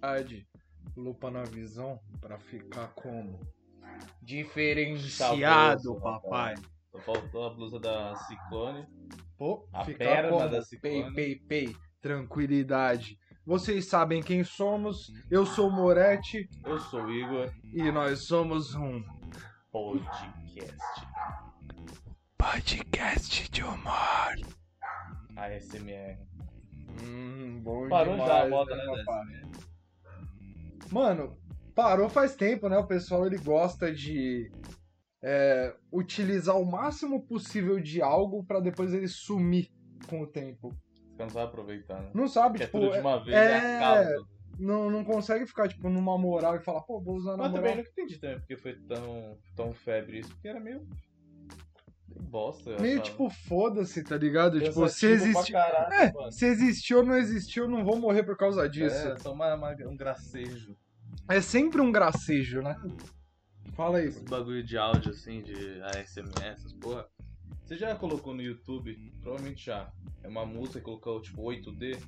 tranquilidade, lupa na visão pra ficar como? Chiado, Diferenciado, papai. Só faltou a blusa da Ciclone. Pô, A ficar perna como? da pei, ciclone. pei, pei. Tranquilidade. Vocês sabem quem somos. Eu sou Moretti Eu sou o Igor. e nós somos um Podcast. podcast de humor. ASMR. Hum, bom Parou de demais, dar a moda, né, papai? Mano, parou faz tempo, né? O pessoal ele gosta de é, utilizar o máximo possível de algo pra depois ele sumir com o tempo. Você não sabe aproveitar, né? Não sabe, Porque é tipo, tudo de é- uma vez, é... é- acaba. não, não consegue ficar tipo numa moral e falar, pô, vou usar na Mas também moral. não entendi também porque foi tão, tão febre isso, porque era meio. meio Bosta. eu Meio achava. tipo, foda-se, tá ligado? tipo, se Cansativo pra existe. Caralho, É, mano. Se existiu ou não existiu, eu não vou morrer por causa disso. É, só uma, uma- um gracejo. É, sempre um gracejo, né? Fala aí. Esse bagulho de áudio, assim, de ASMR, essas porra. Você já colocou no YouTube? Provavelmente já. É uma música que colocou, tipo, 8D.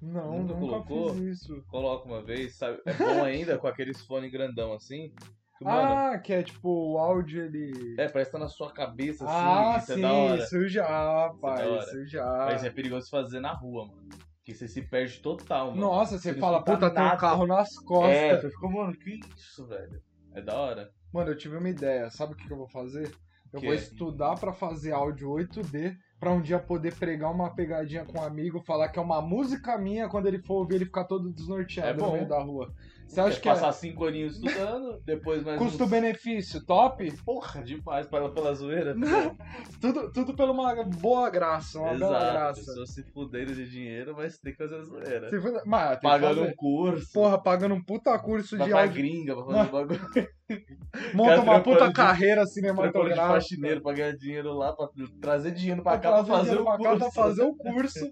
Não, Nunca nunca colocou? fiz isso. Coloca uma vez, sabe? É bom ainda com aqueles fones grandão, assim. Que, mano, Ah, que é tipo, o áudio ele. é, parece que tá na sua cabeça, assim. ah, isso sim, é da hora. isso já, pai, hora. isso já. Mas é perigoso fazer na rua, mano. Porque você se perde total, mano. Nossa, você Você fala, não escuta puta, tem um nada. carro nas costas. É, você fica, mano, que isso, velho? É da hora. Mano, eu tive uma ideia, sabe o que, que eu vou fazer? Eu Quê? vou estudar pra fazer áudio 8D, pra um dia poder pregar uma pegadinha com um amigo, falar que é uma música minha, quando ele for ouvir ele ficar todo desnorteado É no bom. meio da rua. Você acha que é passar cinco aninhos estudando, depois mais uns... custo-benefício top? Porra, demais, pela, pela zoeira. Tudo, tudo pela uma boa graça, uma bela Exato, graça. pessoas se fudendo de dinheiro, mas tem que fazer a zoeira. Você foi- Mas, tem que Pagando um fazer. curso, Porra, pagando um puta curso vai de pra áudio gringa pra fazer bagulho. Monta Cara, uma puta trampando de- carreira Trabalho de cinematográfica. faxineiro pra ganhar dinheiro lá, pra trazer dinheiro pra Pra cá, pra trazer fazer dinheiro o pra cá pra curso. fazer o curso.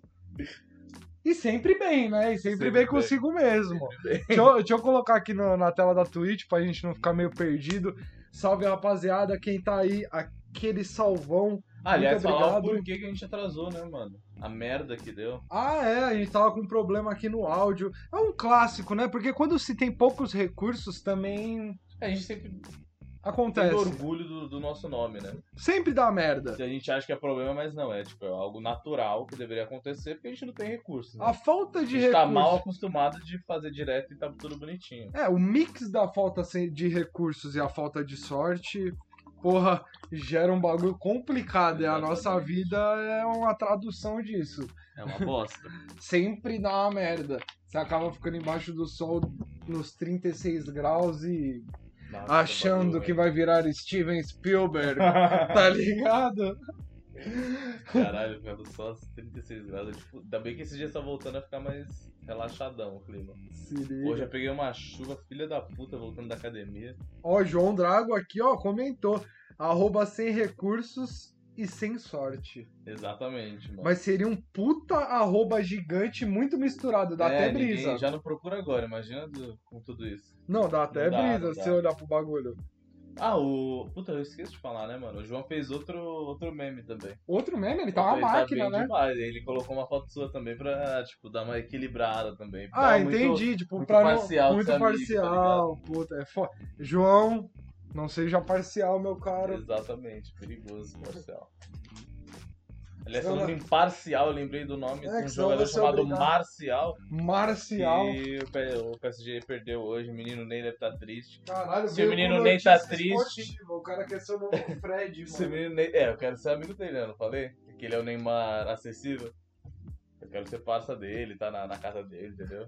E sempre bem, né? E sempre, Sempre bem bem. consigo mesmo. Deixa eu, deixa eu colocar aqui na- na tela da Twitch pra gente não ficar meio perdido. Salve, rapaziada. Quem tá aí, aquele salvão. Ah, Aliás, Muito falar o obrigado. porquê que a gente atrasou, né, mano? A merda que deu. Ah, é, a gente tava com um problema aqui no áudio. É um clássico, né? Porque quando se tem poucos recursos, também A gente sempre tem acontece. orgulho do, do nosso nome, né? Sempre dá merda. Se A gente acha que é problema, mas não, é tipo, é algo natural que deveria acontecer, porque a gente não tem recurso. Né? A Ah, falta de a gente tá recursos. mal acostumado de fazer direto e tá tudo bonitinho. É, o mix da falta assim, de recursos e a falta de sorte, porra, gera um bagulho complicado. E a Exatamente. nossa vida é uma tradução disso. É uma bosta. Sempre dá uma merda. Você acaba ficando embaixo do sol nos 36 graus e Nossa, achando que bagulho, vai virar Steven Spielberg, velho. tá ligado? Caralho, ficando só aos 36 graus. Tipo, ainda bem que esse dia tá voltando a ficar mais relaxadão o clima. Se liga. Hoje eu peguei uma chuva, filha da puta, voltando da academia. Ó, João Drago aqui, ó, comentou. Arroba sem recursos e sem sorte. Exatamente, mano. Mas seria um puta arroba gigante muito misturado. Dá É, até ninguém brisa. Já não procura agora, imagina do- com tudo isso. Não, dá até Não dá, brisa não se dá. você olhar pro bagulho. Ah, o. Puta, eu esqueço de falar, né, mano? O João fez outro, outro meme também. Então, Outro meme, ele tá uma Ele máquina, bem né? demais. Ele colocou uma foto sua também pra, tipo, dar uma equilibrada também. Ah, Tá muito- entendi. tipo, muito pra não- parcial tá dos muito amigos, parcial, puta. É foda. João, não seja parcial, meu caro. Exatamente, perigoso, parcial. Aliás, Sei lá. falando em parcial, eu lembrei do nome É, de que senão eu um jogador vou ser chamado obrigado. Marcial. Marcial. E o P- o PSG perdeu hoje, o menino Ney deve estar triste. Caralho, Se veio o menino com Ney tá notícia triste- esportiva, O cara quer ser o novo Fred, Esse mano. menino Ney. É, eu quero ser amigo dele, né? Não falei? Que ele é o Neymar acessível. Eu quero ser parça dele, tá na, na casa dele, entendeu?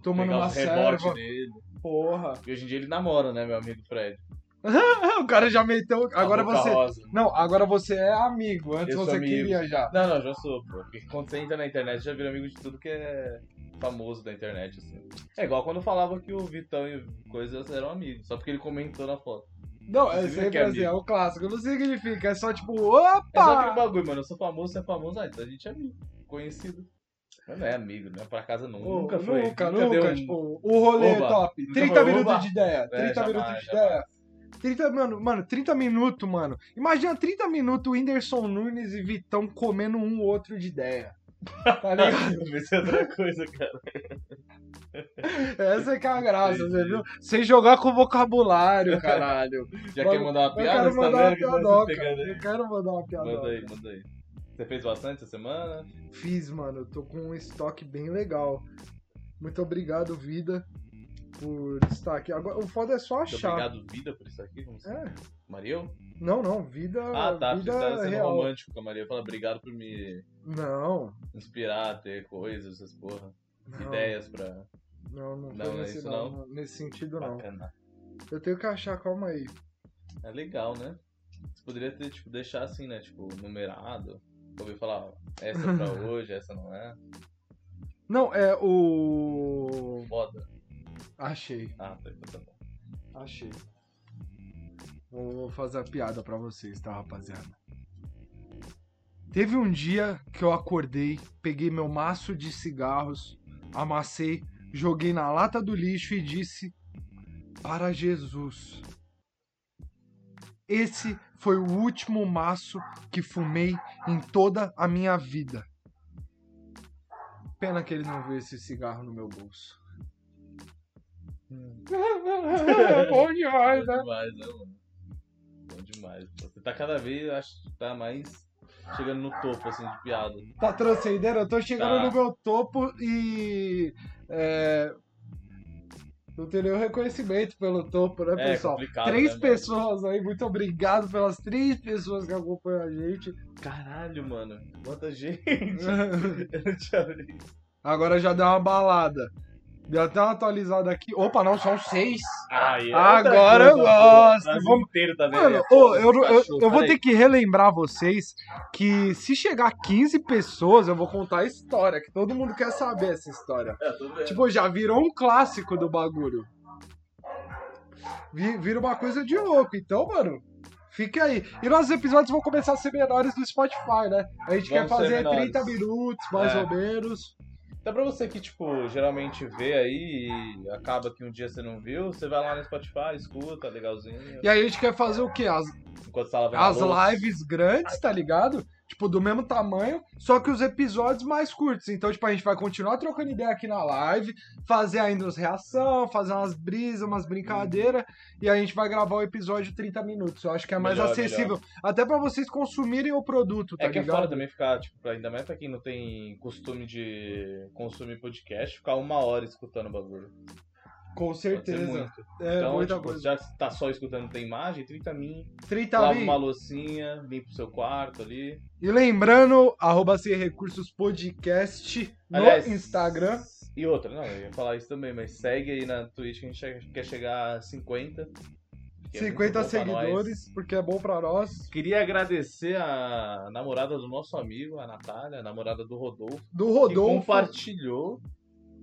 Tomando Pegar um uma os rebotes serva. dele. Porra. E hoje em dia ele namora, né, meu amigo Fred? Ah, o cara já meteu. A Agora Boca você. Rosa. Não, agora você é amigo. Antes tá Eu sou você amigo. queria já. Não, não, já sou, pô. Porque quando você entra na internet, já vira amigo de tudo que é famoso da internet, assim. É igual quando falava que o Vitão e o Coisas eram amigos, só porque ele comentou na foto. Não, é Você vê que sempre é assim, é amigo. o clássico. Não significa, é só tipo, É só aquele opa! bagulho, mano. Eu sou famoso, você é famoso, ah, então a gente é amigo, conhecido. Mas não é amigo, não é pra casa nunca. Ô, nunca foi. Nunca, nunca nunca, um- tipo, o rolê Oba. top. Nunca 30 foi, minutos oba. de ideia. 30 É, jamais, minutos de jamais. ideia. 30, mano, mano, 30 minutos, mano. Imagina 30 minutos o Whindersson Nunes e Vitão comendo um outro de ideia. Tá ligado? Vai ser outra coisa, cara. Essa é que é a graça, você viu? Sem jogar com vocabulário, caralho. Já quer mandar uma Eu piada? quero Você tá mandar uma vendo que tá se piadoca. Tá pegando aí? Eu quero mandar uma Manda piadoca. aí, manda aí. Você fez bastante essa semana? Fiz, mano. Eu tô com um estoque bem legal. Muito obrigado, vida, por estar aqui. Agora, o foda é só Muito achar. obrigado, vida, por isso aqui. Como se... É. Maria? Não, não, vida. Ah, tá. Você vida é tá sendo real. romântico com a Maria. Fala, obrigado por me Não, inspirar a ter coisas, essas porra. não. Ideias pra. Não, não, foi Não, é nesse, isso não, nesse sentido, não. Bacana. Eu tenho que achar, calma aí. É legal, né? Você poderia ter, tipo, deixar assim, né? Tipo, numerado. Ouvir falar, ó, essa é pra hoje, essa não é. Não, é o. Foda. Achei, Ah, tá, tá, tá bom. achei. Vou fazer a piada pra vocês, tá, rapaziada? Teve um dia que eu acordei, peguei meu maço de cigarros, amassei, joguei na lata do lixo e disse: Para Jesus. Esse foi o último maço que fumei em toda a minha vida. Pena que ele não viu esse cigarro no meu bolso. Hum. Bom demais, Bom demais, né, mano? Bom demais. pô. Você tá cada vez, eu acho, que tá mais chegando no topo, assim, de piada. Tá transcendendo? Eu tô chegando Tá. no meu topo e. É, não tem nenhum reconhecimento pelo topo, né, É, pessoal? complicado, né, Três mano? pessoas aí, muito obrigado pelas três pessoas que acompanham a gente. Caralho, mano. Quanta gente. Eu não tinha visto. Agora já deu uma balada. Deu até uma atualizada aqui. Opa, não, são seis. Ah, e é Agora outra eu pô. gosto. O Brasil Vamos- inteiro tá vendo. Mano, essa, ô, pô. eu, eu- eu, Cachorro, eu vou peraí. ter que relembrar vocês que se chegar 15 pessoas, eu vou contar a história, que todo mundo quer saber essa história. É, tô vendo. Tipo, já virou um clássico do bagulho. Vi- Vira uma coisa de louco. Então, mano, fique aí. E nossos episódios vão começar a ser menores do Spotify, né? A gente Vão quer ser fazer menores. 30 minutos, mais É. ou menos. Então pra você que, tipo, geralmente vê aí e acaba que um dia você não viu, você vai lá no Spotify, escuta, legalzinho. E aí a gente quer fazer o quê? As, Enquanto você tá lavando a as louça. lives grandes, tá ligado? Tipo, do mesmo tamanho, só que os episódios mais curtos. Então, tipo, a gente vai continuar trocando ideia aqui na live, fazer ainda uns reação, fazer umas brisas, umas brincadeiras, e a gente vai gravar o episódio 30 minutos. Eu acho que é mais Melhor, acessível. Até pra vocês consumirem o produto, tá É que é ligado? foda também ficar, tipo, pra- ainda mais pra quem não tem costume de consumir podcast, ficar uma hora escutando o bagulho. Com Pode ser certeza. muito. É então, muita tipo, coisa. Tá já que você tá só escutando não tem imagem, 30 mil, 30 lava mil. uma loucinha, limpa o seu quarto ali. E lembrando, arroba sem recursos podcast no Aliás, é Instagram. E outra, não, eu ia falar isso também, mas segue aí na Twitch que a gente che- quer chegar a 50. que é 50 muito bom pra nós. seguidores, porque é bom pra nós. Queria agradecer a namorada do nosso amigo, a Natália, a namorada do Rodolfo. Do que Rodolfo. compartilhou.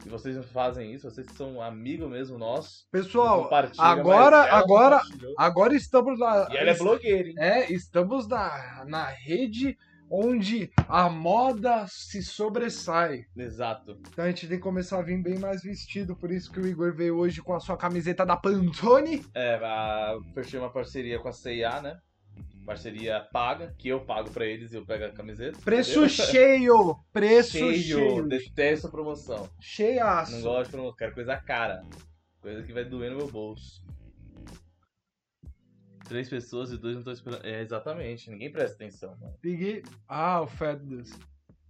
E vocês não fazem isso, vocês são amigo mesmo nosso. não Pessoal, compartilha, agora- mas ela agora- compartilhou. agora estamos na. E ela é blogueira, hein? É, estamos na, na rede onde a moda se sobressai. Exato. Então a gente tem que começar a vir bem mais vestido. Por isso que o Igor veio hoje com a sua camiseta da Pantone. É, a, fechei uma parceria com a CIA, né? Parceria paga, que eu pago pra eles e eu pego a camiseta. Preço entendeu? cheio! Preço cheio. cheio! Detesto promoção. Não Cheiaço! gosto de promoção, quero coisa cara. Coisa que vai doer no meu bolso. Três pessoas e dois não estão esperando. É, exatamente, ninguém presta atenção, mano. Peguei. Ah, o Fedus.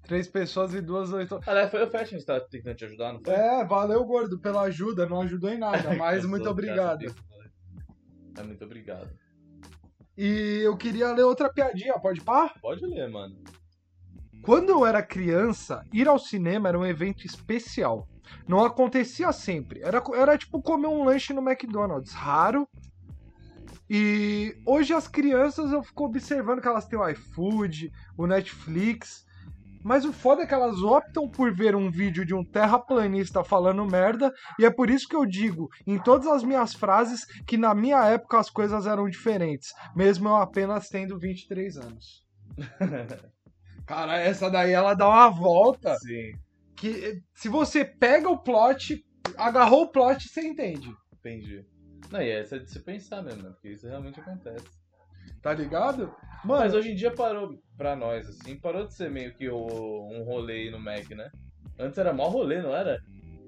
Três pessoas e duas oito. Aliás, foi o Fashion que tava tentando te ajudar, não foi? É, valeu, gordo, pela ajuda. Não ajudou em nada, mas Eu muito sou o cara obrigado. desse, né? É, muito obrigado. E eu queria ler outra piadinha, pode pá? Pode ler, mano. Quando eu era criança, ir ao cinema era um evento especial. Não acontecia sempre. Era, co- era tipo comer um lanche no McDonald's, raro. E hoje as crianças eu fico observando que elas têm o iFood, o Netflix. Mas o foda é que elas optam por ver um vídeo de um terraplanista falando merda, e é por isso que eu digo em todas as minhas frases que na minha época as coisas eram diferentes, mesmo eu apenas tendo 23 anos. Cara, essa daí ela dá uma volta Sim, que eh, se você pega o plot, agarrou o plot, você entende. entendi. Não, e essa é de se pensar mesmo, né? Porque isso realmente acontece. Tá ligado? Mas Mano, hoje em dia parou pra nós, assim, parou de ser meio que o- um rolê aí no Mac, né? Antes era mó rolê, não era?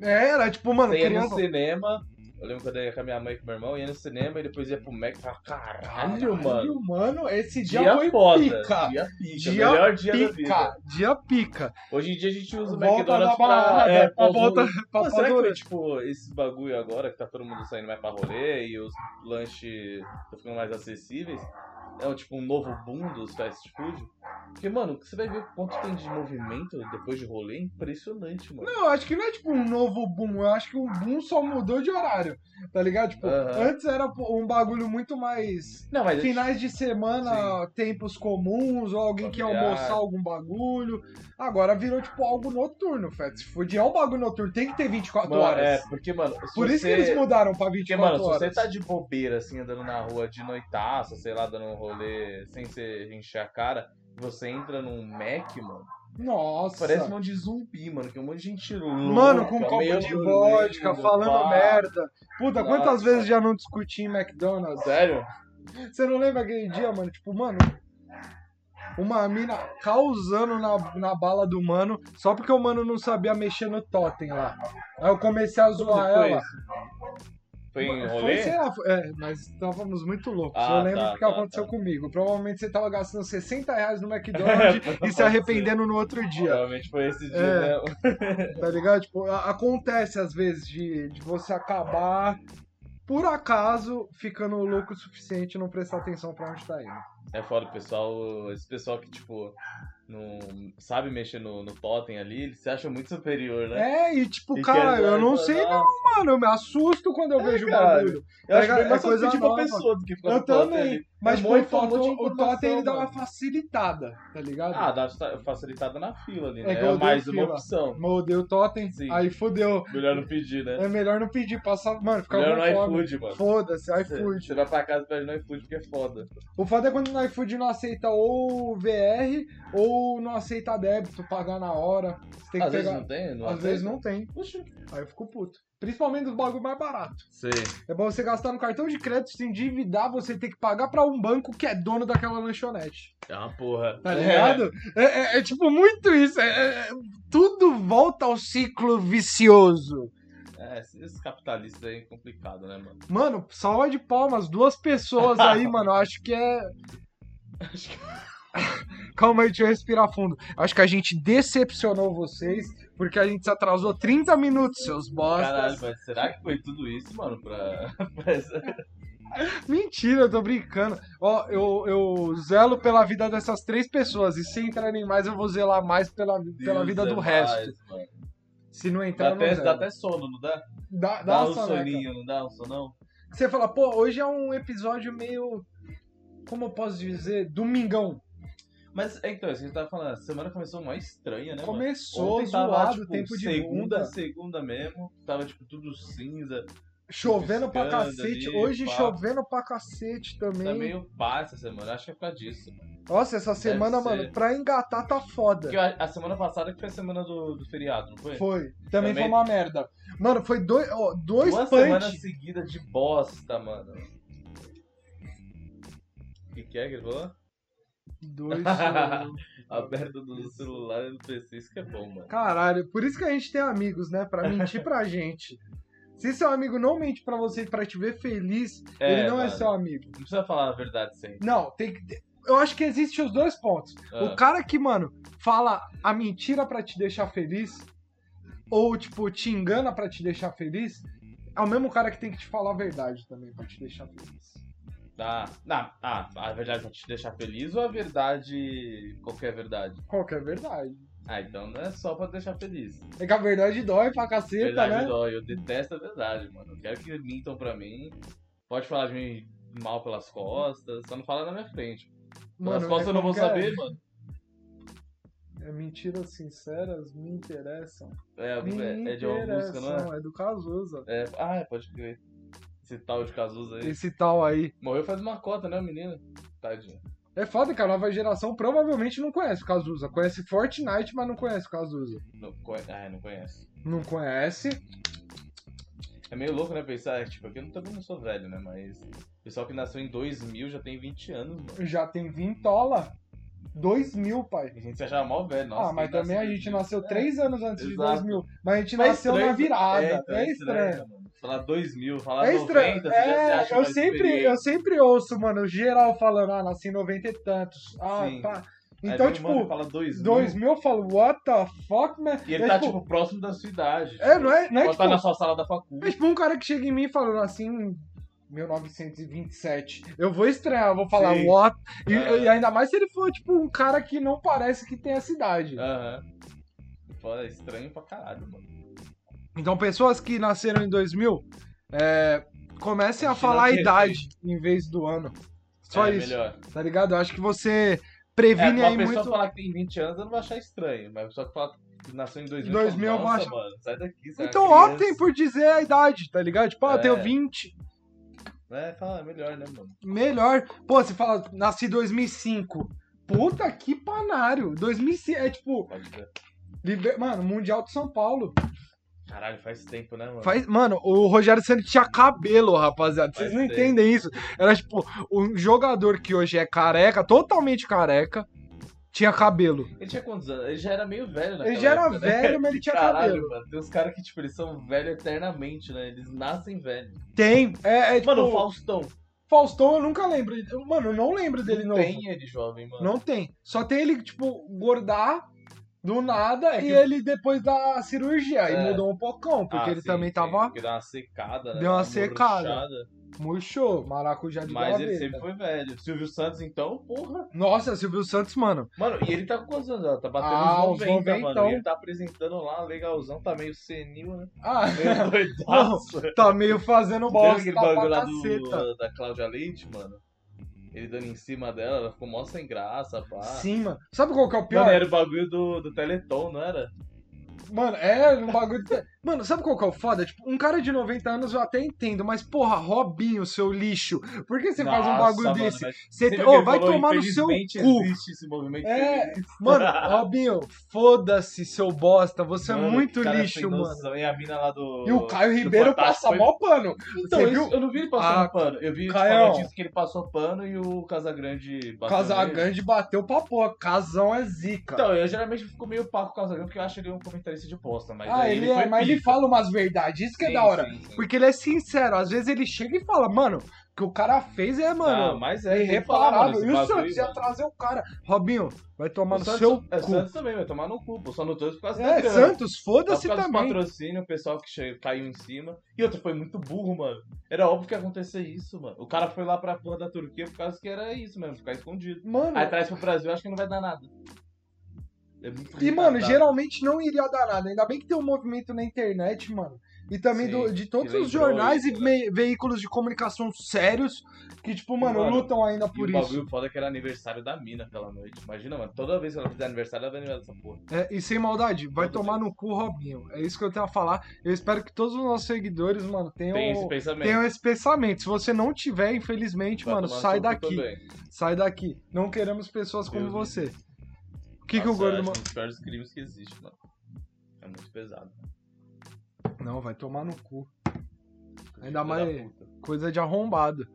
É, era tipo, mano, Você ia criança. no cinema. Eu lembro quando eu ia com a minha mãe e com meu irmão, ia no cinema e depois ia pro Mac e falava, caralho, mano. mano, esse dia, Dia, foi foda. pica. Dia pica. Dia melhor dia da vida. Pica, dia pica. Hoje em dia a gente usa o Volta McDonald's na balada, pra... É, pra pra volta, pra Pô, será que foi, Padura. tipo, esse bagulho agora que tá todo mundo saindo mais pra rolê e os lanches estão ficando mais acessíveis? É um, tipo um novo boom dos fast food? Porque, mano, você vai ver quanto tem de movimento depois de rolê? é Impressionante, mano. Não, eu acho que não é tipo um novo boom. Eu acho que o boom só mudou de horário. Tá ligado? Tipo, Aham. antes era um bagulho muito mais. Não, mas. Finais de semana, tempos comuns, ou alguém que ia Familiar. almoçar algum bagulho. Agora virou, tipo, algo noturno, fast food. É um bagulho noturno, tem que ter 24 mano, horas. É, porque, mano. se Por isso você- que eles mudaram pra Porque, 24 mano, se horas. você tá de bobeira, assim, andando na rua de noitaça, sei lá, dando um rolê sem ser encher a cara, você entra num Mac, mano. Nossa. Parece um monte de zumbi, mano, que um monte de gente louca, Mano, com um copo meio de doido, né? vodka, falando pá. merda. Puta, quantas Nossa. vezes já não discuti em McDonald's? Sério? Você não lembra aquele dia, mano? Tipo, mano. Uma mina causando na, na bala do mano, só porque o mano não sabia mexer no totem lá. Aí eu comecei a zoar Quando foi ela. isso? Foi em Foi, rolê? sei lá, foi- é, mas estávamos muito loucos. Ah, eu lembro tá, o que tá, aconteceu comigo. Provavelmente você tava gastando 60 reais no McDonald's e se arrependendo no outro dia. Realmente foi esse dia, É. né? Tá ligado? Tipo, a- acontece às vezes de, de você acabar, por acaso, ficando louco o suficiente e não prestar atenção pra onde tá indo. É foda, o pessoal. Esse pessoal que, tipo, não sabe mexer no, no totem ali, eles se acham muito superior, né? É, e tipo, E cara, quer- eu não sei não, mano. Eu me assusto quando eu vejo o né? É, cara. bagulho. Eu acho Tá ligado? bem mais É coisa coisa tipo a nova. pessoa do que ficar Eu no totem também. ali. Mas É tipo, muito o totem, monte de o totem ele dá uma informação, facilitada, tá ligado? Ah, dá facilitada na fila ali, né? É que É, eu odeio mais uma fila. opção. Mordeu o totem, Sim. aí fodeu. Melhor não pedir, né? É melhor não pedir, passar. Mano, ficar com Melhor no fome. iFood, mano. É. Foda-se, Você Tá iFood. você vai pra casa e pede no iFood porque é foda. O foda é quando o iFood não aceita ou VR ou não aceita débito, pagar na hora. Você tem que Às vezes pegar. não tem, não Às vezes aceita? não tem. Puxa. Aí eu fico puto. Principalmente os bagulho mais barato. Sei. É bom você gastar no cartão de crédito, se endividar, você ter que pagar pra um banco que é dono daquela lanchonete. É uma porra. Tá ligado? É, é- é tipo muito isso. é- é- é- tudo volta ao ciclo vicioso. É, esses capitalistas aí é complicado, né, mano? Mano, salva de palmas, duas pessoas aí, mano. Acho que é. Calma aí, deixa eu respirar fundo. Acho que a gente decepcionou vocês, porque a gente se atrasou 30 minutos, seus bostas. Caralho, mas será que foi tudo isso, mano, pra. pra essa- Mentira, eu tô brincando. Ó, eu, eu zelo pela vida dessas três pessoas. E se entrarem mais, eu vou zelar mais pela, pela Deus vida é do mais, resto. mano. Se não entrar, Dá não até, zelo. dá até sono, não dá? Dá, dá, Dá, uma um soneca. soninho, não dá um sonão? Você fala, pô, hoje é um episódio meio. Como eu posso dizer? Domingão. Né, Mas, é, então, isso que a gente tava falando, a semana começou mais estranha, né, mano? Começou, Ontem zoado, tava, tipo, tempo de segunda, bunda. segunda mesmo. Tava, tipo, tudo cinza. Chovendo pra piscando cacete. ali, hoje pá. chovendo pra cacete também. Tá meio pá essa semana, acho que é por causa disso. mano. Nossa, essa semana, ser. mano, pra engatar tá foda. Porque a, a semana passada que foi a semana do, do feriado, não foi? Foi. Também, Também- foi uma merda. Mano, foi dois, ó, dois Duas punch. semanas seguidas de bosta, mano. O que, que é que ele falou? Dois. ó. A merda do celular e do PC, isso que é bom, mano. Caralho, por isso que a gente tem amigos, né? Pra mentir pra gente. Se seu amigo não mente pra você pra te ver feliz, É, ele não é mano. seu amigo. Não precisa falar a verdade sempre. Não, tem que. ter- Eu acho que existem os dois pontos. Ah, O cara que, mano, fala a mentira pra te deixar feliz, ou, tipo, te engana pra te deixar feliz, é o mesmo cara que tem que te falar a verdade também pra te deixar feliz. tá. Não, ah, a verdade vai te deixar feliz ou a verdade. qualquer verdade? Qualquer é verdade. Ah, então não é só pra deixar feliz. É que a verdade dói pra caceta, verdade né? dói, eu detesto a verdade, mano. Eu quero que mintam pra mim. Pode falar de mim mal pelas costas, só não fala na minha frente. pelas costas eu não vou qualquer- saber, mano. É, mentiras sinceras me interessam. É, é, é de uma música, não é? Interação, é do Cazuza. É, ah, pode crer. Esse tal de Cazuza aí. Esse tal aí. Morreu faz uma cota, né, o menino? Tadinho. É foda que a nova geração provavelmente não conhece o Cazuza. Conhece Fortnite, mas não conhece o Cazuza. Não, conhe... Ah, não conhece. Não conhece. É meio louco, né, pensar, tipo, aqui eu não- também não sou velho, né, mas... o Pessoal que nasceu em 2000 já tem 20 anos, mano. Já tem Vintola. 2000, pai. A gente se achava mal velho, nossa. ah, mas quem também a nasce- gente nasceu três anos antes de exato. 2000. Mas a gente É. Mas nasceu três- na virada. É, É, então, é estranho. mano. Falar 2000, falar É 90, estranho. você já se É, acha eu mais sempre, experiente. eu sempre ouço, mano, geral falando, ah, nasci em 90 e tantos. Ah, Sim. pá. Aí Então, vem um o mano e tipo, fala 2000, 2000 eu falo, what the fuck, man? E ele é, tá, tipo, tipo, próximo da sua idade. é, não é, não é Pode estar tipo, na sua sala da É faculdade. tipo um cara que chega em mim falando assim, em 1927. Eu vou estranhar, eu vou falar Sim. what? E, É. e ainda mais se ele for, tipo, um cara que não parece que tem essa idade. Aham. Pô, é estranho pra caralho, mano. Então, pessoas que nasceram em 2000, é, comecem a Acho que falar a não tem idade em vez do ano. Só é, isso, Melhor. tá ligado? Eu acho que você É, previne uma aí pessoa muito. falar que tem 20 anos, eu não vou achar estranho. Mas a pessoa que fala que nasceu em 2000, 2000 eu eu vou nossa, achar- mano, sai daqui, sai Então, optem por dizer a idade, tá ligado? Tipo, ah, eu É. tenho 20. É, fala, é melhor, né, mano? Melhor. Pô, você fala, nasci em 2005. Puta que panário. 2005 é tipo. Pode ver. Liber- Mano, Mundial de São Paulo. Caralho, faz tempo, né, mano? Faz... Mano, o Rogério Santos tinha cabelo, rapaziada. Vocês Faz não tempo. entendem isso. Era tipo, um jogador que hoje é careca, totalmente careca, tinha cabelo. Ele tinha quantos anos? Ele já era meio velho, né? Ele já era velho, mas ele tinha cabelo. Caralho, mano. Tem uns caras que, tipo, eles são velhos eternamente, né? Eles nascem velhos. Tem. É, é tipo, Mano, o Faustão Faustão eu nunca lembro. Mano, eu não lembro dele novo. tem ele jovem, mano. Não tem. Só tem ele, tipo, gordar do nada É e que- ele depois da cirurgia. E É. mudou um pocão, porque Ah, ele sim, também sim, tava Porque deu uma secada, né? Deu uma secada. murchada. murchou, maracujá de Mas ele gaveta. sempre foi velho. Silvio Santos, então, porra. Nossa, Silvio Santos, mano. Mano, e ele tá com quantos anos? Ela tá batendo Ah, uns uns então. 90, mano. 90. E ele tá apresentando lá, legalzão, tá meio senil, né? Ah, Meio doidaço. Tá meio fazendo Lembra bosta É. aquele pra bagulho lá do- ah, caceta. da Cláudia Leite, mano? Ele dando em cima dela, ela ficou mó sem graça, pá. Sim, mano. Sabe qual que é o pior? Mano, Mano, era o bagulho do, do Teleton, não era? é um bagulho... de- Mano, sabe qual que é o foda? Tipo, um cara de 90 anos eu até entendo, mas porra, Robinho, seu lixo. Por que você faz um Nossa, bagulho mano, desse? mas Você você te- viu Ô, que ele vai falou, tomar no seu "Infelizmente assim. cu. existe esse movimento É, feliz". Mano, Robinho, foda-se, seu bosta. Você Mano, é muito que cara lixo, sem mano. noção. E a mina lá do... E o Caio do Ribeiro Fantástico passa foi- mó pano. Então, Você eu, viu? eu não vi ele passando Ah, pano. Eu vi tipo, Caião. a notícia que ele passou pano e o Casagrande bateu nele. Casagrande bateu pra porra. Casão é zica. Então, eu geralmente fico meio pá com o Casagrande porque eu acho ele um comentarista de bosta. Mas ah, aí ele, ele foi é, mas ele pica. fala umas verdades. Isso que é Sim, da hora. sim, sim. Porque ele é sincero. Às vezes ele chega e fala, mano, o que o cara fez é, ah, mano, mas é é, tem que falar, irreparável. mano, esse E o bagulho, Santos ia mano. trazer o cara. Robinho, vai tomar O no Santos- seu é, cu. Santos também vai tomar no cu, pô. Só no todos por causa da É, grana. Santos, Só foda-se por causa do também. é patrocínio, o pessoal que che- caiu em cima. E outro, foi muito burro, mano. Era óbvio que ia acontecer isso, mano. O cara foi lá pra porra da Turquia por causa que era isso mesmo, ficar escondido. Mano, Aí tá traz pro Brasil, acho que não vai dar nada. É muito e mano, retardado. geralmente não iria dar nada. Ainda bem que tem um movimento na internet, mano. E também Sim, do- de todos que os lembrou jornais isso, e ve- veículos de comunicação sérios que, tipo, mano, mano, lutam ainda E por o isso. bagulho foda é que era aniversário da mina aquela noite. Imagina, mano. Toda vez que ela fizer aniversário, ela vai lembrar dessa porra. É, e sem maldade, vai Tudo tomar no cu, Robinho. É isso que eu tenho a falar. Eu espero que todos os nossos seguidores, mano, tenham. Tem esse pensamento. Tenham esse pensamento. Se você não tiver, infelizmente, Vai um- mano, tomar no sai seu cu daqui. também. Sai daqui. Não queremos pessoas como Deus você. O que, que o Nossa, eu gordo. acho ma- um dos piores crimes que existe, mano. É muito pesado. Não, vai tomar no cu. Filho da mais- puta. Coisa de arrombado.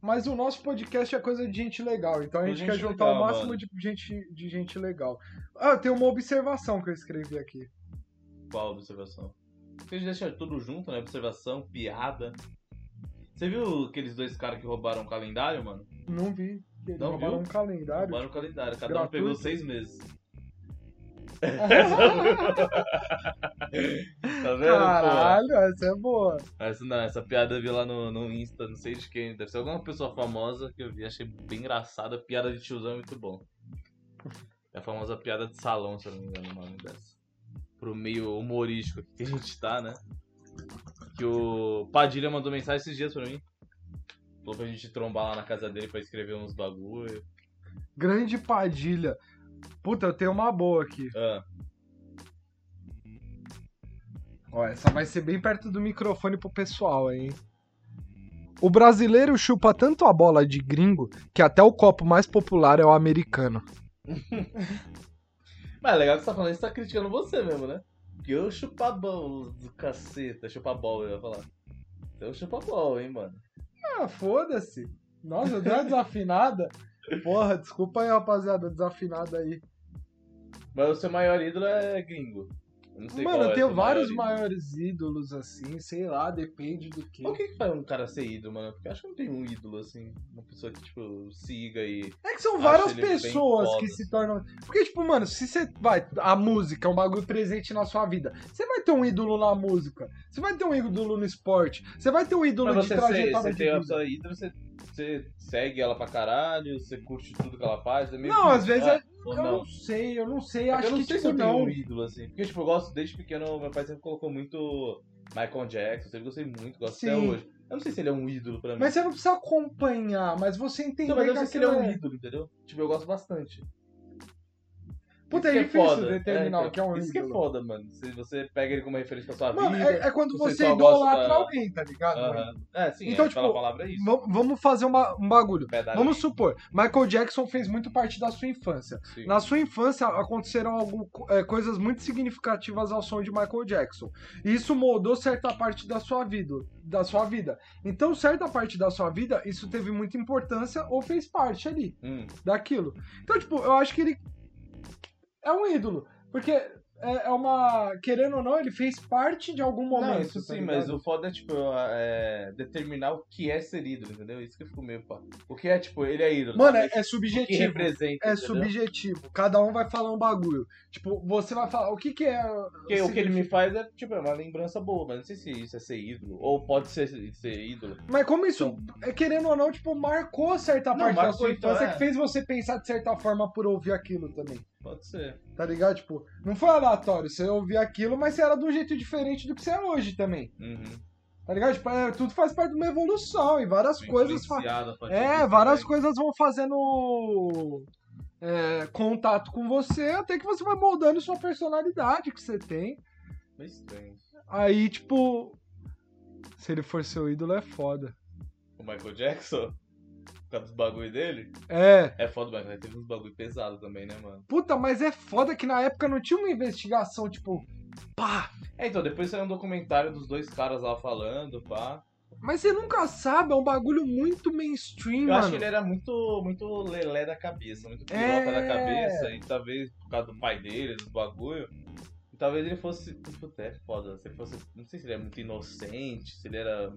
Mas o nosso podcast é coisa de gente legal. Então a Coisa gente de quer gente juntar o legal, máximo mano. de gente, de gente legal. Ah, tem uma observação que eu escrevi aqui. Qual observação? Porque a gente deixa tudo junto, né? Observação, piada. Você viu aqueles dois caras que roubaram o calendário, mano? Não vi. que Eles Não roubaram viu? um calendário. Roubaram o calendário. Cada um gratuito. pegou seis meses. Tá vendo, pô? Caralho, essa é boa. Essa, não, essa piada eu vi lá no, no Insta, não sei de quem. Deve ser alguma pessoa famosa que eu vi. Achei bem engraçada. Piada de tiozão é muito bom. É a famosa piada de salão, se eu não me engano o nome dessa. Pro meio humorístico que a gente tá, né? Que o Padilha mandou mensagem esses dias pra mim. Falou pra gente trombar lá na casa dele pra escrever uns bagulho. Grande Padilha. Puta, eu tenho uma boa aqui. Ah, Ó, essa vai ser bem perto do microfone pro pessoal, hein? O brasileiro chupa tanto a bola de gringo que até o copo mais popular é o americano. Mas é legal que você tá falando isso, tá criticando você mesmo, né? Porque eu chupa bol do caceta, chupa bol, eu ia falar. Eu chupa bol, hein, mano. Ah, foda-se. Nossa, eu dei uma desafinada. Porra, desculpa aí, rapaziada, desafinado aí. Mas o seu maior ídolo é gringo. Eu não sei Mano, qual eu é tenho seu maior vários ídolo. maiores ídolos, assim, sei lá, depende do que. Mas O que que faz um cara ser ídolo, mano? Porque eu acho que não tem um ídolo, assim. Uma pessoa que, tipo, siga e. É que são Acho várias ele bem pessoas foda. assim. que se tornam. Porque, tipo, mano, se você vai. A música é um bagulho presente na sua vida. Você vai ter um ídolo na música. Você vai ter um ídolo no esporte. Você vai ter um ídolo Mas de você, ser- trajetória você de tem uma vida. pessoa ídolo, você, você segue ela pra caralho, você curte tudo que ela faz. É meio Não, que- às vezes ah, é- ou Eu não. não sei, eu não sei. É que acho eu não que, sei se tipo, eu tenho não. um ídolo, assim. Porque, tipo, eu gosto desde pequeno, meu pai sempre colocou muito Michael Jackson, sempre gostei muito, gosto até Sim. hoje. Eu não sei se ele é um ídolo pra mim. Mas você não precisa acompanhar, mas você entender não, mas eu que sei se ele é aquilo um ídolo, entendeu? Tipo, eu gosto bastante. Puta, Isso é que difícil foda. determinar então, o que é um Isso que é ídolo. foda, mano. Se você pega ele como referência pra sua Mano, vida. é, é quando você você só idolatra gosta- né? alguém, tá ligado? aham. É, sim, Então, é, tipo, pela palavra é isso. É Vam- Vamos fazer uma- um bagulho. Pedalei, Vamos supor, Michael Jackson fez muito parte da sua infância. sim. Na sua infância aconteceram algum, é, coisas muito significativas ao som de Michael Jackson. E isso moldou certa parte da sua vida, da sua vida. Então, certa parte da sua vida, isso teve muita importância ou fez parte ali Hum. daquilo. Então, tipo, eu acho que ele é um ídolo. Porque é, é uma. Querendo ou não, ele fez parte de algum momento. Não, isso tá sim, ligado? mas o foda é, tipo, é, determinar o que é ser ídolo, entendeu? Isso que eu fico meio pá. O que é, tipo, ele é ídolo. Mano, é, mas é o que subjetivo. representa, É entendeu? subjetivo. Cada um vai falar um bagulho. Tipo, você vai falar. O que que é. Porque o que ele me faz é, tipo, é uma lembrança boa, mas não sei se isso é ser ídolo. Ou pode ser, ser ídolo. Mas como isso, é, querendo ou não, tipo, marcou certa Então, Não, parte da marcou, sua então, infância é. que fez você pensar de certa forma por ouvir aquilo também. Pode ser. Tá ligado? Tipo, não foi aleatório. Você ouvia aquilo, mas você era de um jeito diferente do que você é hoje também. Uhum. Tá ligado? Tipo, é, tudo faz parte de uma evolução e várias coisas. fa- Influenciado, pode ser É, isso várias também. coisas vão fazendo é, contato com você, até que você vai moldando sua personalidade que você tem. Meio estranho. Aí, tipo. Se ele for seu ídolo, é foda. O Michael Jackson, por causa dos bagulho dele, É. é foda, mas ele teve uns bagulho pesado também, né, mano? Puta, mas é foda que na época não tinha uma investigação, tipo. Pá! É, então, depois saiu um documentário dos dois caras lá falando, pá. Mas você nunca sabe, é um bagulho muito mainstream, Eu acho que mano. ele era muito, muito lelé da cabeça, muito piroca É. da cabeça, e talvez por causa do pai dele, dos bagulho. e Talvez ele fosse. Puta, é foda. Se ele fosse. Não sei se ele é muito inocente, se ele era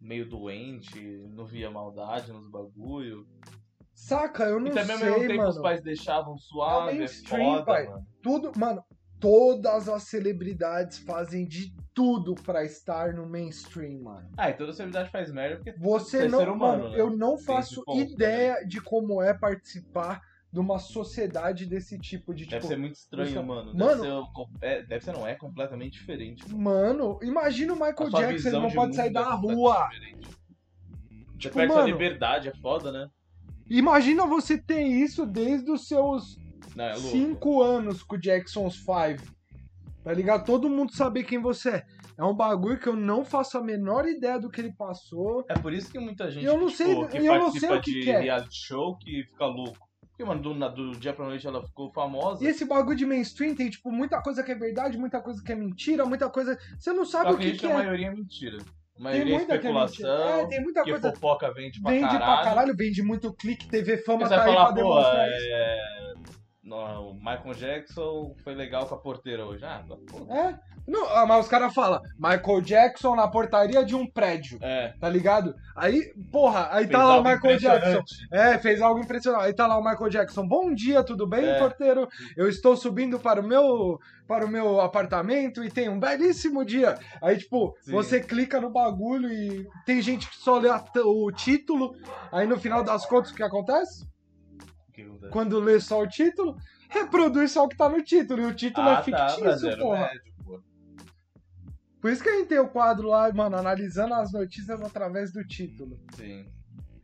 meio doente, não via maldade nos bagulho. Saca, eu não é- E também ao sei, mesmo tempo mano. os pais deixavam suave, é mainstream, foda, pai. mano. tudo, mano, todas as celebridades fazem de tudo pra estar no mainstream, mano. Ah, e toda celebridade faz merda porque Você É não, ser humano, mano, né? eu não esse faço ponto, né? ideia de como é participar de uma sociedade desse tipo de deve tipo. ser muito estranho, busca- mano. Mano- Deve, ser, um com- é, deve ser, não é completamente diferente. Mano, imagina o A Michael sua Jackson, ele visão não de pode mundo sair é da completamente rua. diferente. Você Tipo, perde sua mano, liberdade, é foda, né? imagina você ter isso desde os seus Não, é louco. 5 anos com o Jackson's 5. Tá ligado? Todo mundo saber quem você é. É um bagulho que eu não faço a menor ideia do que ele passou. É por isso que muita gente Eu não sei- tipo, que eu não participa sei o que de que é. reality show que fica louco. Porque, mano, do, na- do dia pra noite ela ficou famosa. E esse bagulho de mainstream tem, tipo, muita coisa que é verdade, muita coisa que é mentira, muita coisa. Você não sabe Só o que, que, gente, que a é. maioria é mentira. A Tem maioria é muita que é mentira. É, especulação. tem muita que coisa. fofoca vende pra vende caralho. pra caralho, vende muito clique, TV Fama Porque tá você aí vai pra falar, pô, demonstrar isso. é... não, o Michael Jackson foi legal com a porteira hoje. Ah, pô. É. Não, ah, mas os caras falam, Michael Jackson na portaria de um prédio, É, tá ligado? Aí, porra, aí fez tá lá o algo Michael Jackson. impressionante. É, fez algo impressionante. Aí tá lá o Michael Jackson. Bom dia, tudo bem, É. porteiro? Eu estou subindo para o meu para o meu apartamento e tem um belíssimo dia. Aí tipo, Sim. você clica no bagulho e tem gente que só lê a t- o título. Aí no final das contas o que acontece? O que acontece? Quando lê só o título, reproduz só o que tá no título. E o título é Ah, tá, fictício, brasileiro porra. médio, pô. Por isso que a gente tem o quadro lá, mano, analisando as notícias através do título. Sim.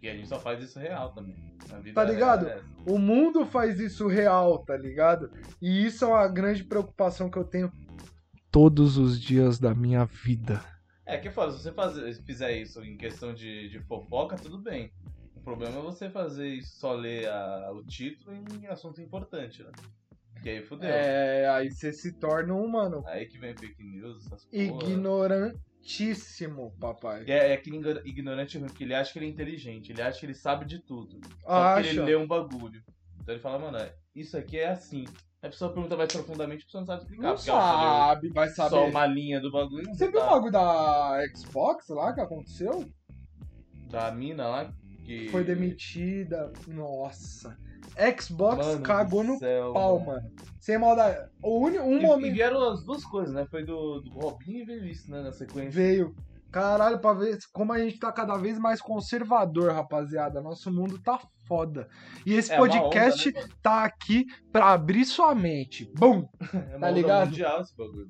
E a gente só faz isso real também. Na vida Tá real ligado? é essa. O mundo faz isso real, tá ligado? E isso é uma grande preocupação que eu tenho todos os dias da minha vida. É, que fala, se você fazer, se fizer isso em questão de, de fofoca, tudo bem. O problema é você fazer isso, só ler a- o título em assunto importante, né? Que aí fudeu. É, aí você se torna um, mano, Aí que vem fake news, essas porra. ignorante. certíssimo, papai. É, é aquele igno- ignorante ruim, porque ele acha que ele é inteligente, ele acha que ele sabe de tudo. Só que ele Acha. lê um bagulho. Então ele fala, mano, é- isso aqui é assim. A pessoa pergunta mais profundamente, a pessoa não sabe explicar. Não porque ela só sabe, vai leu saber. só uma linha do bagulho. não Você viu o tá- bagulho da Xbox lá que aconteceu? Da mina lá que. Foi demitida. Nossa. Xbox cagou no céu, pau, mano. mano. Sem maldade. O uni- um E- E momento vieram as duas coisas, né? Foi do, do Robinho e Velhice, né? Na sequência. veio. Caralho, pra ver como a gente tá cada vez mais conservador, rapaziada. Nosso mundo tá foda. E esse É uma podcast onda, tá aqui pra abrir sua mente. Bum! né? É uma tá onda ligado? mundial esse bagulho.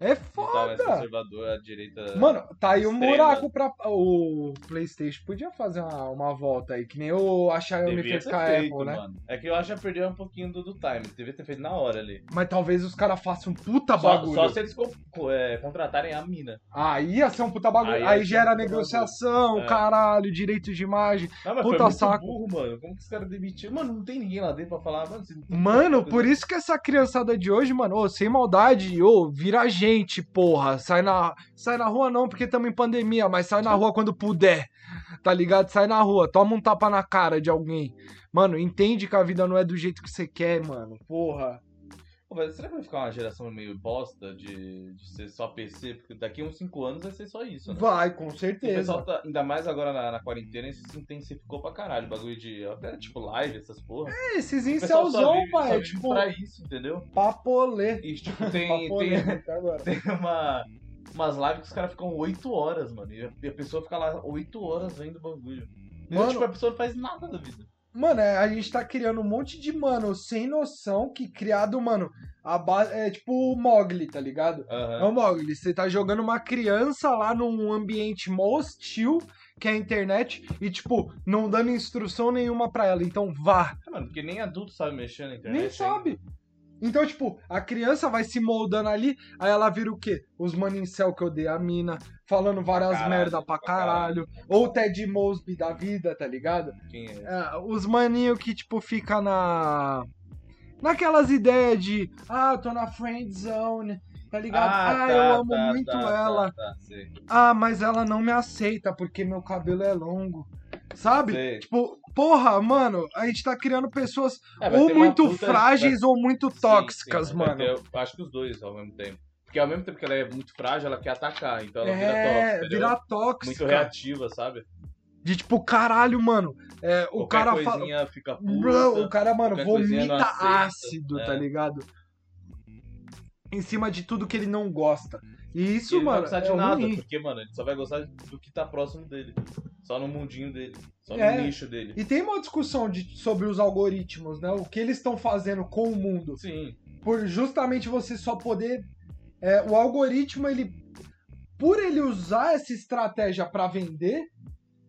É Ele tá mais foda! conservador, a direita. Mano, tá aí um Extrema. buraco pra. O PlayStation podia fazer uma, uma volta aí, que nem o a Xiaomi devia fez ter com a feito, Apple, né? mano. É que eu acho que perdeu um pouquinho do, do time. Devia ter feito na hora ali. Mas talvez os caras façam um puta Só, bagulho. só se eles co- co- é, contratarem a mina. Aí ia ser um puta bagulho. Aí, Aí ia ser um gera puta negociação, bagulho. É. caralho, direito de imagem. Ah, mas foi Puta muito saco. burro, mano. Como que os caras demitiram? Mano, não tem ninguém lá dentro pra falar, mano. Você não tem Mano, coisa. por isso que essa criançada de hoje, mano, ô, sem maldade, ô, vira gente, porra. Sai na, sai na rua não, porque estamos em pandemia, mas sai na rua quando puder. Tá ligado? Sai na rua, toma um tapa na cara de alguém. Mano, entende que a vida não é do jeito que você quer, mano. Porra. Pô, mas será que vai ficar uma geração meio bosta de, de ser só PC? Porque daqui uns 5 anos vai ser só isso, né? Vai, com O pessoal certeza. tá, ainda mais agora na, na quarentena, isso se intensificou pra caralho. O bagulho de. Até tipo live, essas porra. É, esses O pessoal só incelzão, vive- só pai, é vive tipo, pra isso, entendeu? papolê. E tipo, tem, Papolê, tem, até agora. tem uma, umas lives que os caras ficam 8 horas, mano. E a, e a pessoa fica lá 8 horas vendo o bagulho. Então, Mano- tipo, a pessoa não faz nada da vida. Mano, é, a gente tá criando um monte de mano sem noção que criado, mano, a base é tipo o Mogli, tá ligado? É Aham. o Mogli, você tá jogando uma criança lá num ambiente mó hostil, que é a internet, e tipo, não dando instrução nenhuma pra ela. Então vá, É, mano, porque nem adulto sabe mexer na internet. nem ainda. sabe. Então, tipo, a criança vai se moldando ali, aí ela vira o quê? Os manincel que eu dei a mina, falando várias caralho, merda pra pra caralho. caralho. Ou Ted Mosby da vida, tá ligado? Quem é? É, os maninho que, tipo, fica na. Naquelas ideias de. Ah, eu tô na friend zone, tá ligado? Ah, eu amo tá, muito tá, ela. Tá, tá, sei. Ah, mas ela não me aceita porque meu cabelo é longo. Sabe? Sei. Tipo, porra, mano, a gente tá criando pessoas É, vai ou ter uma muito puta- frágeis ou muito vai- sim, tóxicas, sim, vai mano. ter- acho que os dois ao mesmo tempo. Porque ao mesmo tempo que ela é muito frágil, ela quer atacar, então ela vira tóxica. É, entendeu? virar Muito tóxica. reativa, sabe? de tipo, caralho, mano. é, o Qualquer cara fala. coisinha fica Bro, o puta. cara, mano, qualquer coisinha não vomita aceita, ácido, é. tá ligado? Em cima de tudo que ele não gosta. E isso, ele mano, não vai precisar é de nada, ruim. porque, mano, ele só vai gostar do que tá próximo dele. Só no mundinho dele. Só no É. nicho dele. E tem uma discussão de- sobre os algoritmos, né? O que eles estão fazendo com o mundo. Sim. Por justamente você só poder. é, o algoritmo, ele. Por ele usar essa estratégia pra vender,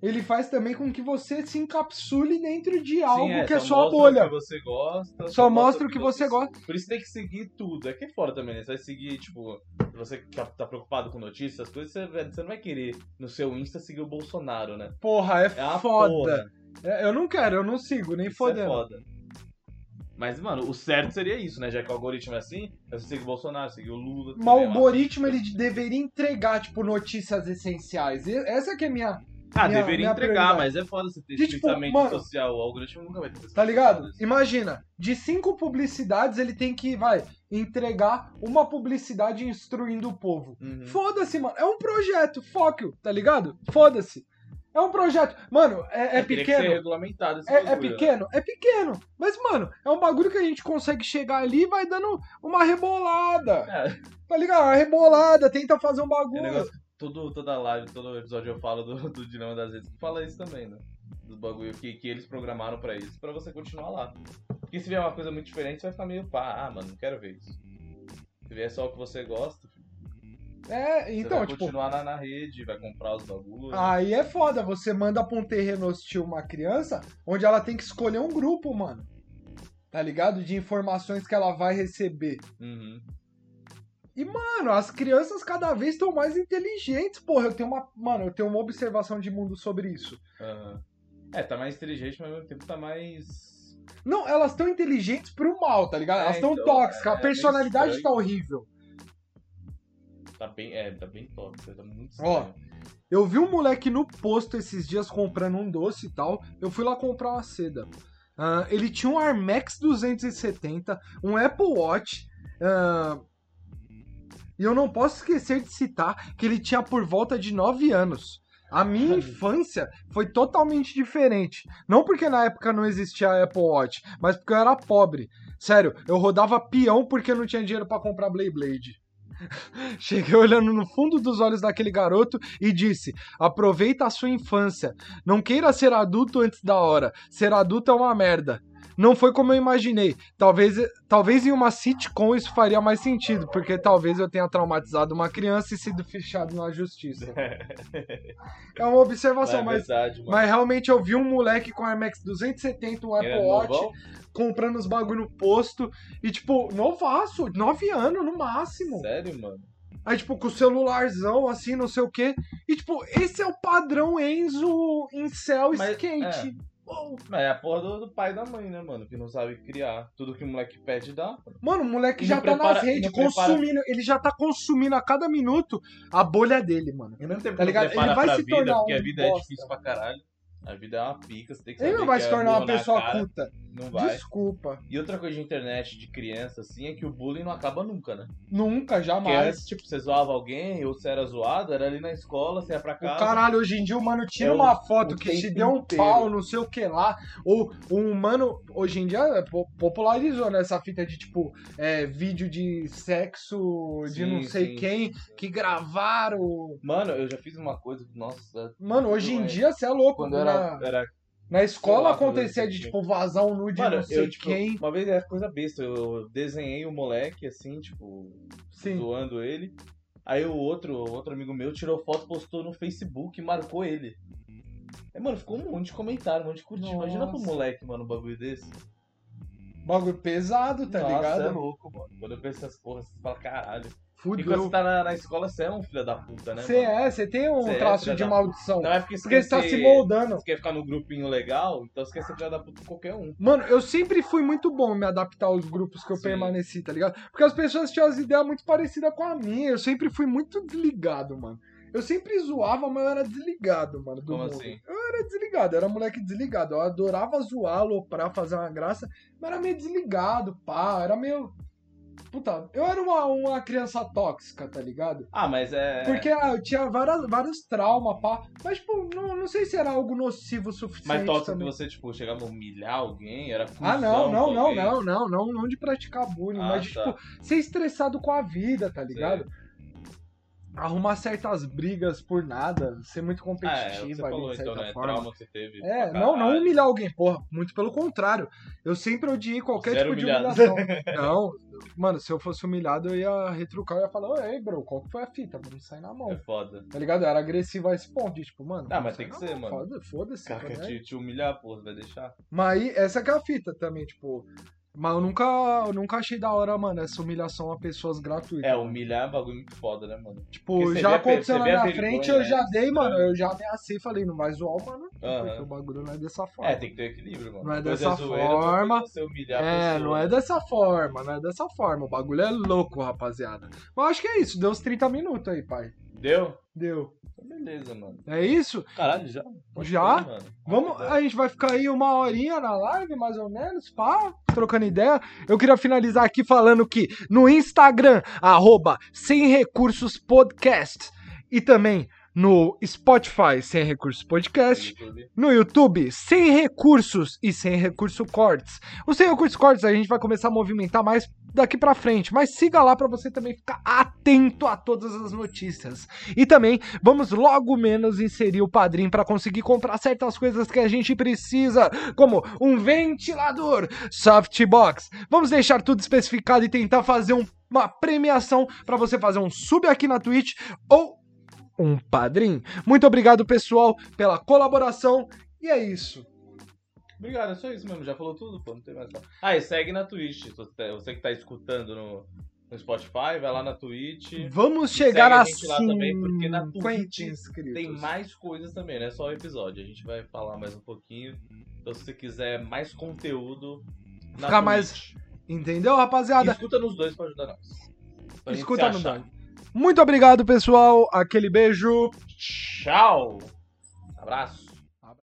ele faz também com que você se encapsule dentro de algo Sim, é, que é só a mostra bolha. O que você gosta. Só mostra o que você gosta. Por isso tem que seguir tudo. É que é fora também, né? Você vai seguir, tipo, se você tá, tá preocupado com notícias, essas coisas, você, vai- você não vai querer no seu Insta seguir o Bolsonaro, né? Porra, é, É uma foda. porra. É, eu não quero, eu não sigo, nem Isso fodendo. é foda. Mas, mano, o certo seria isso, né? Já que o algoritmo é assim, você segue o Bolsonaro, segue o Lula. Mas o sei lá. algoritmo ele deveria entregar, tipo, notícias essenciais. E essa que é minha. Ah, minha- deveria minha entregar, prioridade. mas é foda você ter De, esse tipo, pensamento mano, social. O algoritmo nunca vai ter esse Tá ligado? pensamento social. Imagina, de cinco publicidades ele tem que, vai, entregar uma publicidade instruindo o povo. Uhum. Foda-se, mano. É um projeto, foco, tá ligado? Foda-se. É um projeto. Mano, é, é Teria que ser pequeno. regulamentado esse É, é bagulho, né? pequeno? É pequeno. Mas, mano, é um bagulho que a gente consegue chegar ali e vai dando uma rebolada. É. Tá ligado? Uma rebolada, tenta fazer um É bagulho. negócio, que todo, toda live, todo episódio eu falo do, do Dilema das Redes, que fala isso também, né? Dos bagulho que, que eles programaram pra isso, pra você continuar lá. Porque se vier uma coisa muito diferente, você vai ficar meio pá, ah, mano, não quero ver isso. Se vier só o que você gosta, É, você vai né? então, tipo, continuar na, na rede, vai comprar os bagulhos. Aí é foda, você manda pra um terreno hostil uma criança, onde ela tem que escolher um grupo, mano. Tá ligado? De informações que ela vai receber. Uhum. Mano, as crianças cada vez estão mais inteligentes, porra. Eu tenho uma. Mano, eu tenho uma observação de mundo sobre isso. aham. É, tá mais inteligente, mas ao mesmo tempo tá mais. Não, elas estão inteligentes pro mal, tá ligado? É, elas estão então, tóxicas, é, a é personalidade estranho. tá horrível. Tá bem, é, tá bem top, tá muito Ó, estranho. Eu vi um moleque no posto esses dias comprando um doce e tal. Eu fui lá comprar uma seda. Ah, ele tinha um Armex 270, um Apple Watch. ah, e eu não posso esquecer de citar que ele tinha por volta de 9 anos. A minha infância foi totalmente diferente. Não porque na época não existia a Apple Watch, mas porque eu era pobre. Sério, eu rodava peão porque eu não tinha dinheiro pra comprar Blade Blade. Cheguei olhando no fundo dos olhos daquele garoto e disse: Aproveita a sua infância. Não queira ser adulto antes da hora. Ser adulto é uma merda. Não foi como eu imaginei. Talvez, talvez em uma sitcom isso faria mais sentido, porque talvez eu tenha traumatizado uma criança e sido fichado na justiça. É uma observação, é mas, verdade, mano. mas realmente eu vi um moleque com Armex 270, um Apple Ele é Watch, novão? comprando os bagulho no posto e, tipo, novaço, 9 anos no máximo. Sério, mano? Aí, tipo, com o celularzão, assim, não sei o quê. E, tipo, esse é o padrão Enzo em céu Mas, skate. Mas é a porra do, do pai e da mãe, né, mano? Que não sabe criar. Tudo que o moleque pede dá. Mano, o moleque E já não tá prepara- nas redes, e não prepara- consumindo. Ele já tá consumindo a cada minuto a bolha dele, mano. E ao mesmo tempo Tá que ligado? não prepara Ele vai pra se vida, tornar porque um a vida bosta. é difícil pra caralho. A vida é uma pica, você tem que Ele saber não vai que se é tornar uma burro na pessoa cara, culta. Não vai. Desculpa. E outra coisa de internet, de criança, assim, é que o bullying não acaba nunca, né? Nunca, Porque jamais. antes, tipo, você zoava alguém, ou você era zoado, era ali na escola, você ia pra casa. O caralho, hoje em dia o mano tira É o- uma foto o que te tempo deu um inteiro. pau, não sei o que lá. Ou um mano, hoje em dia é, po- popularizou, né? Essa fita de tipo, é, vídeo de sexo de Sim, não sei sim. quem que gravaram. Mano, eu já fiz uma coisa, nossa, Mano, hoje em Ué. dia você é louco. quando Na, eu era, era na escola sei lá, quando eu acontecia era de pequeno. tipo vazar um nude de Mano, não sei eu, tipo, quem. uma vez era coisa besta, eu desenhei o moleque, assim, tipo, Sim. zoando ele. Aí o outro, outro amigo meu tirou foto, postou no Facebook e marcou ele. Aí, mano, ficou um monte de comentário, um monte de curtir. Imagina pro Nossa. moleque, mano, um bagulho desse. Bagulho pesado, tá Nossa, ligado? é louco, mano. Quando eu penso essas porras, você fala, caralho. E quando Fudeu. você tá na, na escola, você é um filho da puta, né, Você mano? é, você tem um Cê é, traço filha de da- maldição. Não é porque você, Porque quer você tá ser- se moldando. você quer ficar num grupinho legal, então você quer ser filho da puta com qualquer um. Mano, eu sempre fui muito bom em me adaptar aos grupos que eu Sim. permaneci, tá ligado? Porque as pessoas tinham as ideias muito parecidas com a minha. Eu sempre fui muito desligado, mano. Eu sempre zoava, mas eu era desligado, mano. Do Como mundo. assim? Eu era desligado, eu era moleque desligado. Eu adorava zoar, aloprar, fazer uma graça, mas era meio desligado, pá. Era meio. Puta, eu era uma, uma criança tóxica, tá ligado? Ah, mas é. Porque ah, eu tinha várias, vários traumas, pá. Mas, tipo, não, não sei se era algo nocivo o suficiente. Mas tóxico também. que você, tipo, chegava a humilhar alguém, era Ah, cuzão não, não, com não, alguém. não, não, não, não de praticar bullying, Ah, mas de, tá. tipo, ser estressado com a vida, tá ligado? Arrumar certas brigas por nada, ser muito Ah, é, o que você competitiva ali, falou, de certa então, né? forma. Trauma que você teve. É, pra não, não caralho. humilhar alguém, porra, muito pelo contrário. Eu sempre odiei qualquer Zero tipo humilhado. de humilhação. Não, mano, se eu fosse humilhado, eu ia retrucar, eu ia falar, ei, bro, qual que foi a fita? Vamos sair na É mão, foda. tá ligado? Eu era agressivo a esse ponto, de, tipo, mano... Ah, vamos mas sair tem que na ser, mão, mano. foda- Foda-se, tá Cara, ligado? te, te humilhar, porra, vai deixar. Mas aí, essa que é a fita também, tipo. Mas eu nunca, eu nunca achei da hora, mano, essa humilhação a pessoas gratuitas. É, humilhar é um bagulho muito foda, né, mano? Tipo, porque você já vê a per- aconteceu você na vê a minha vergonha, frente, eu né? já dei, mano. Eu já ameacei e falei, não vai zoar o mano, não, Aham. porque o bagulho não é dessa forma. É, tem que ter equilíbrio, mano. Não é Uma coisa dessa zoeira, outra coisa forma. é Você humilhar a É, pessoa. não é dessa forma, não é dessa forma. O bagulho é louco, rapaziada. Mas acho que é isso, deu uns 30 minutos aí, pai. Deu? Deu. Então, Beleza, mano. É isso? Caralho, já? Pode Já? crer, mano. Vamos, Rapidão. a gente vai ficar aí uma horinha na live, mais ou menos, pá, trocando ideia. Eu queria finalizar aqui falando que no Instagram, arroba Sem Recursos Podcast, e também no Spotify, Sem Recursos Podcast, YouTube. no YouTube, Sem Recursos e Sem Recurso Cortes. O Sem Recurso Cortes a gente vai começar a movimentar mais daqui pra frente, mas siga lá pra você também ficar atento a todas as notícias. E também vamos logo menos inserir o padrinho pra conseguir comprar certas coisas que a gente precisa, como um ventilador, softbox. Vamos deixar tudo especificado e tentar fazer um- uma premiação pra você fazer um sub aqui na Twitch ou um padrinho. Muito obrigado, pessoal, pela colaboração. E é isso. Obrigado, é só isso mesmo. Já falou tudo, pô. Não tem mais nada. Ah, e segue na Twitch. Se Você você que tá escutando no, no Spotify, vai lá na Twitch. Vamos E chegar segue a a gente lá também, porque na 50 Twitch inscritos. Tem mais coisas também, não é só o episódio. A gente vai falar mais um pouquinho. Então, se você quiser mais conteúdo, na Ficar mais- Twitch. Entendeu, rapaziada? Escuta nos dois pra ajudar nós. Pra gente Escuta se no achar. Dog. Muito obrigado, pessoal. Aquele beijo. Tchau! Abraço!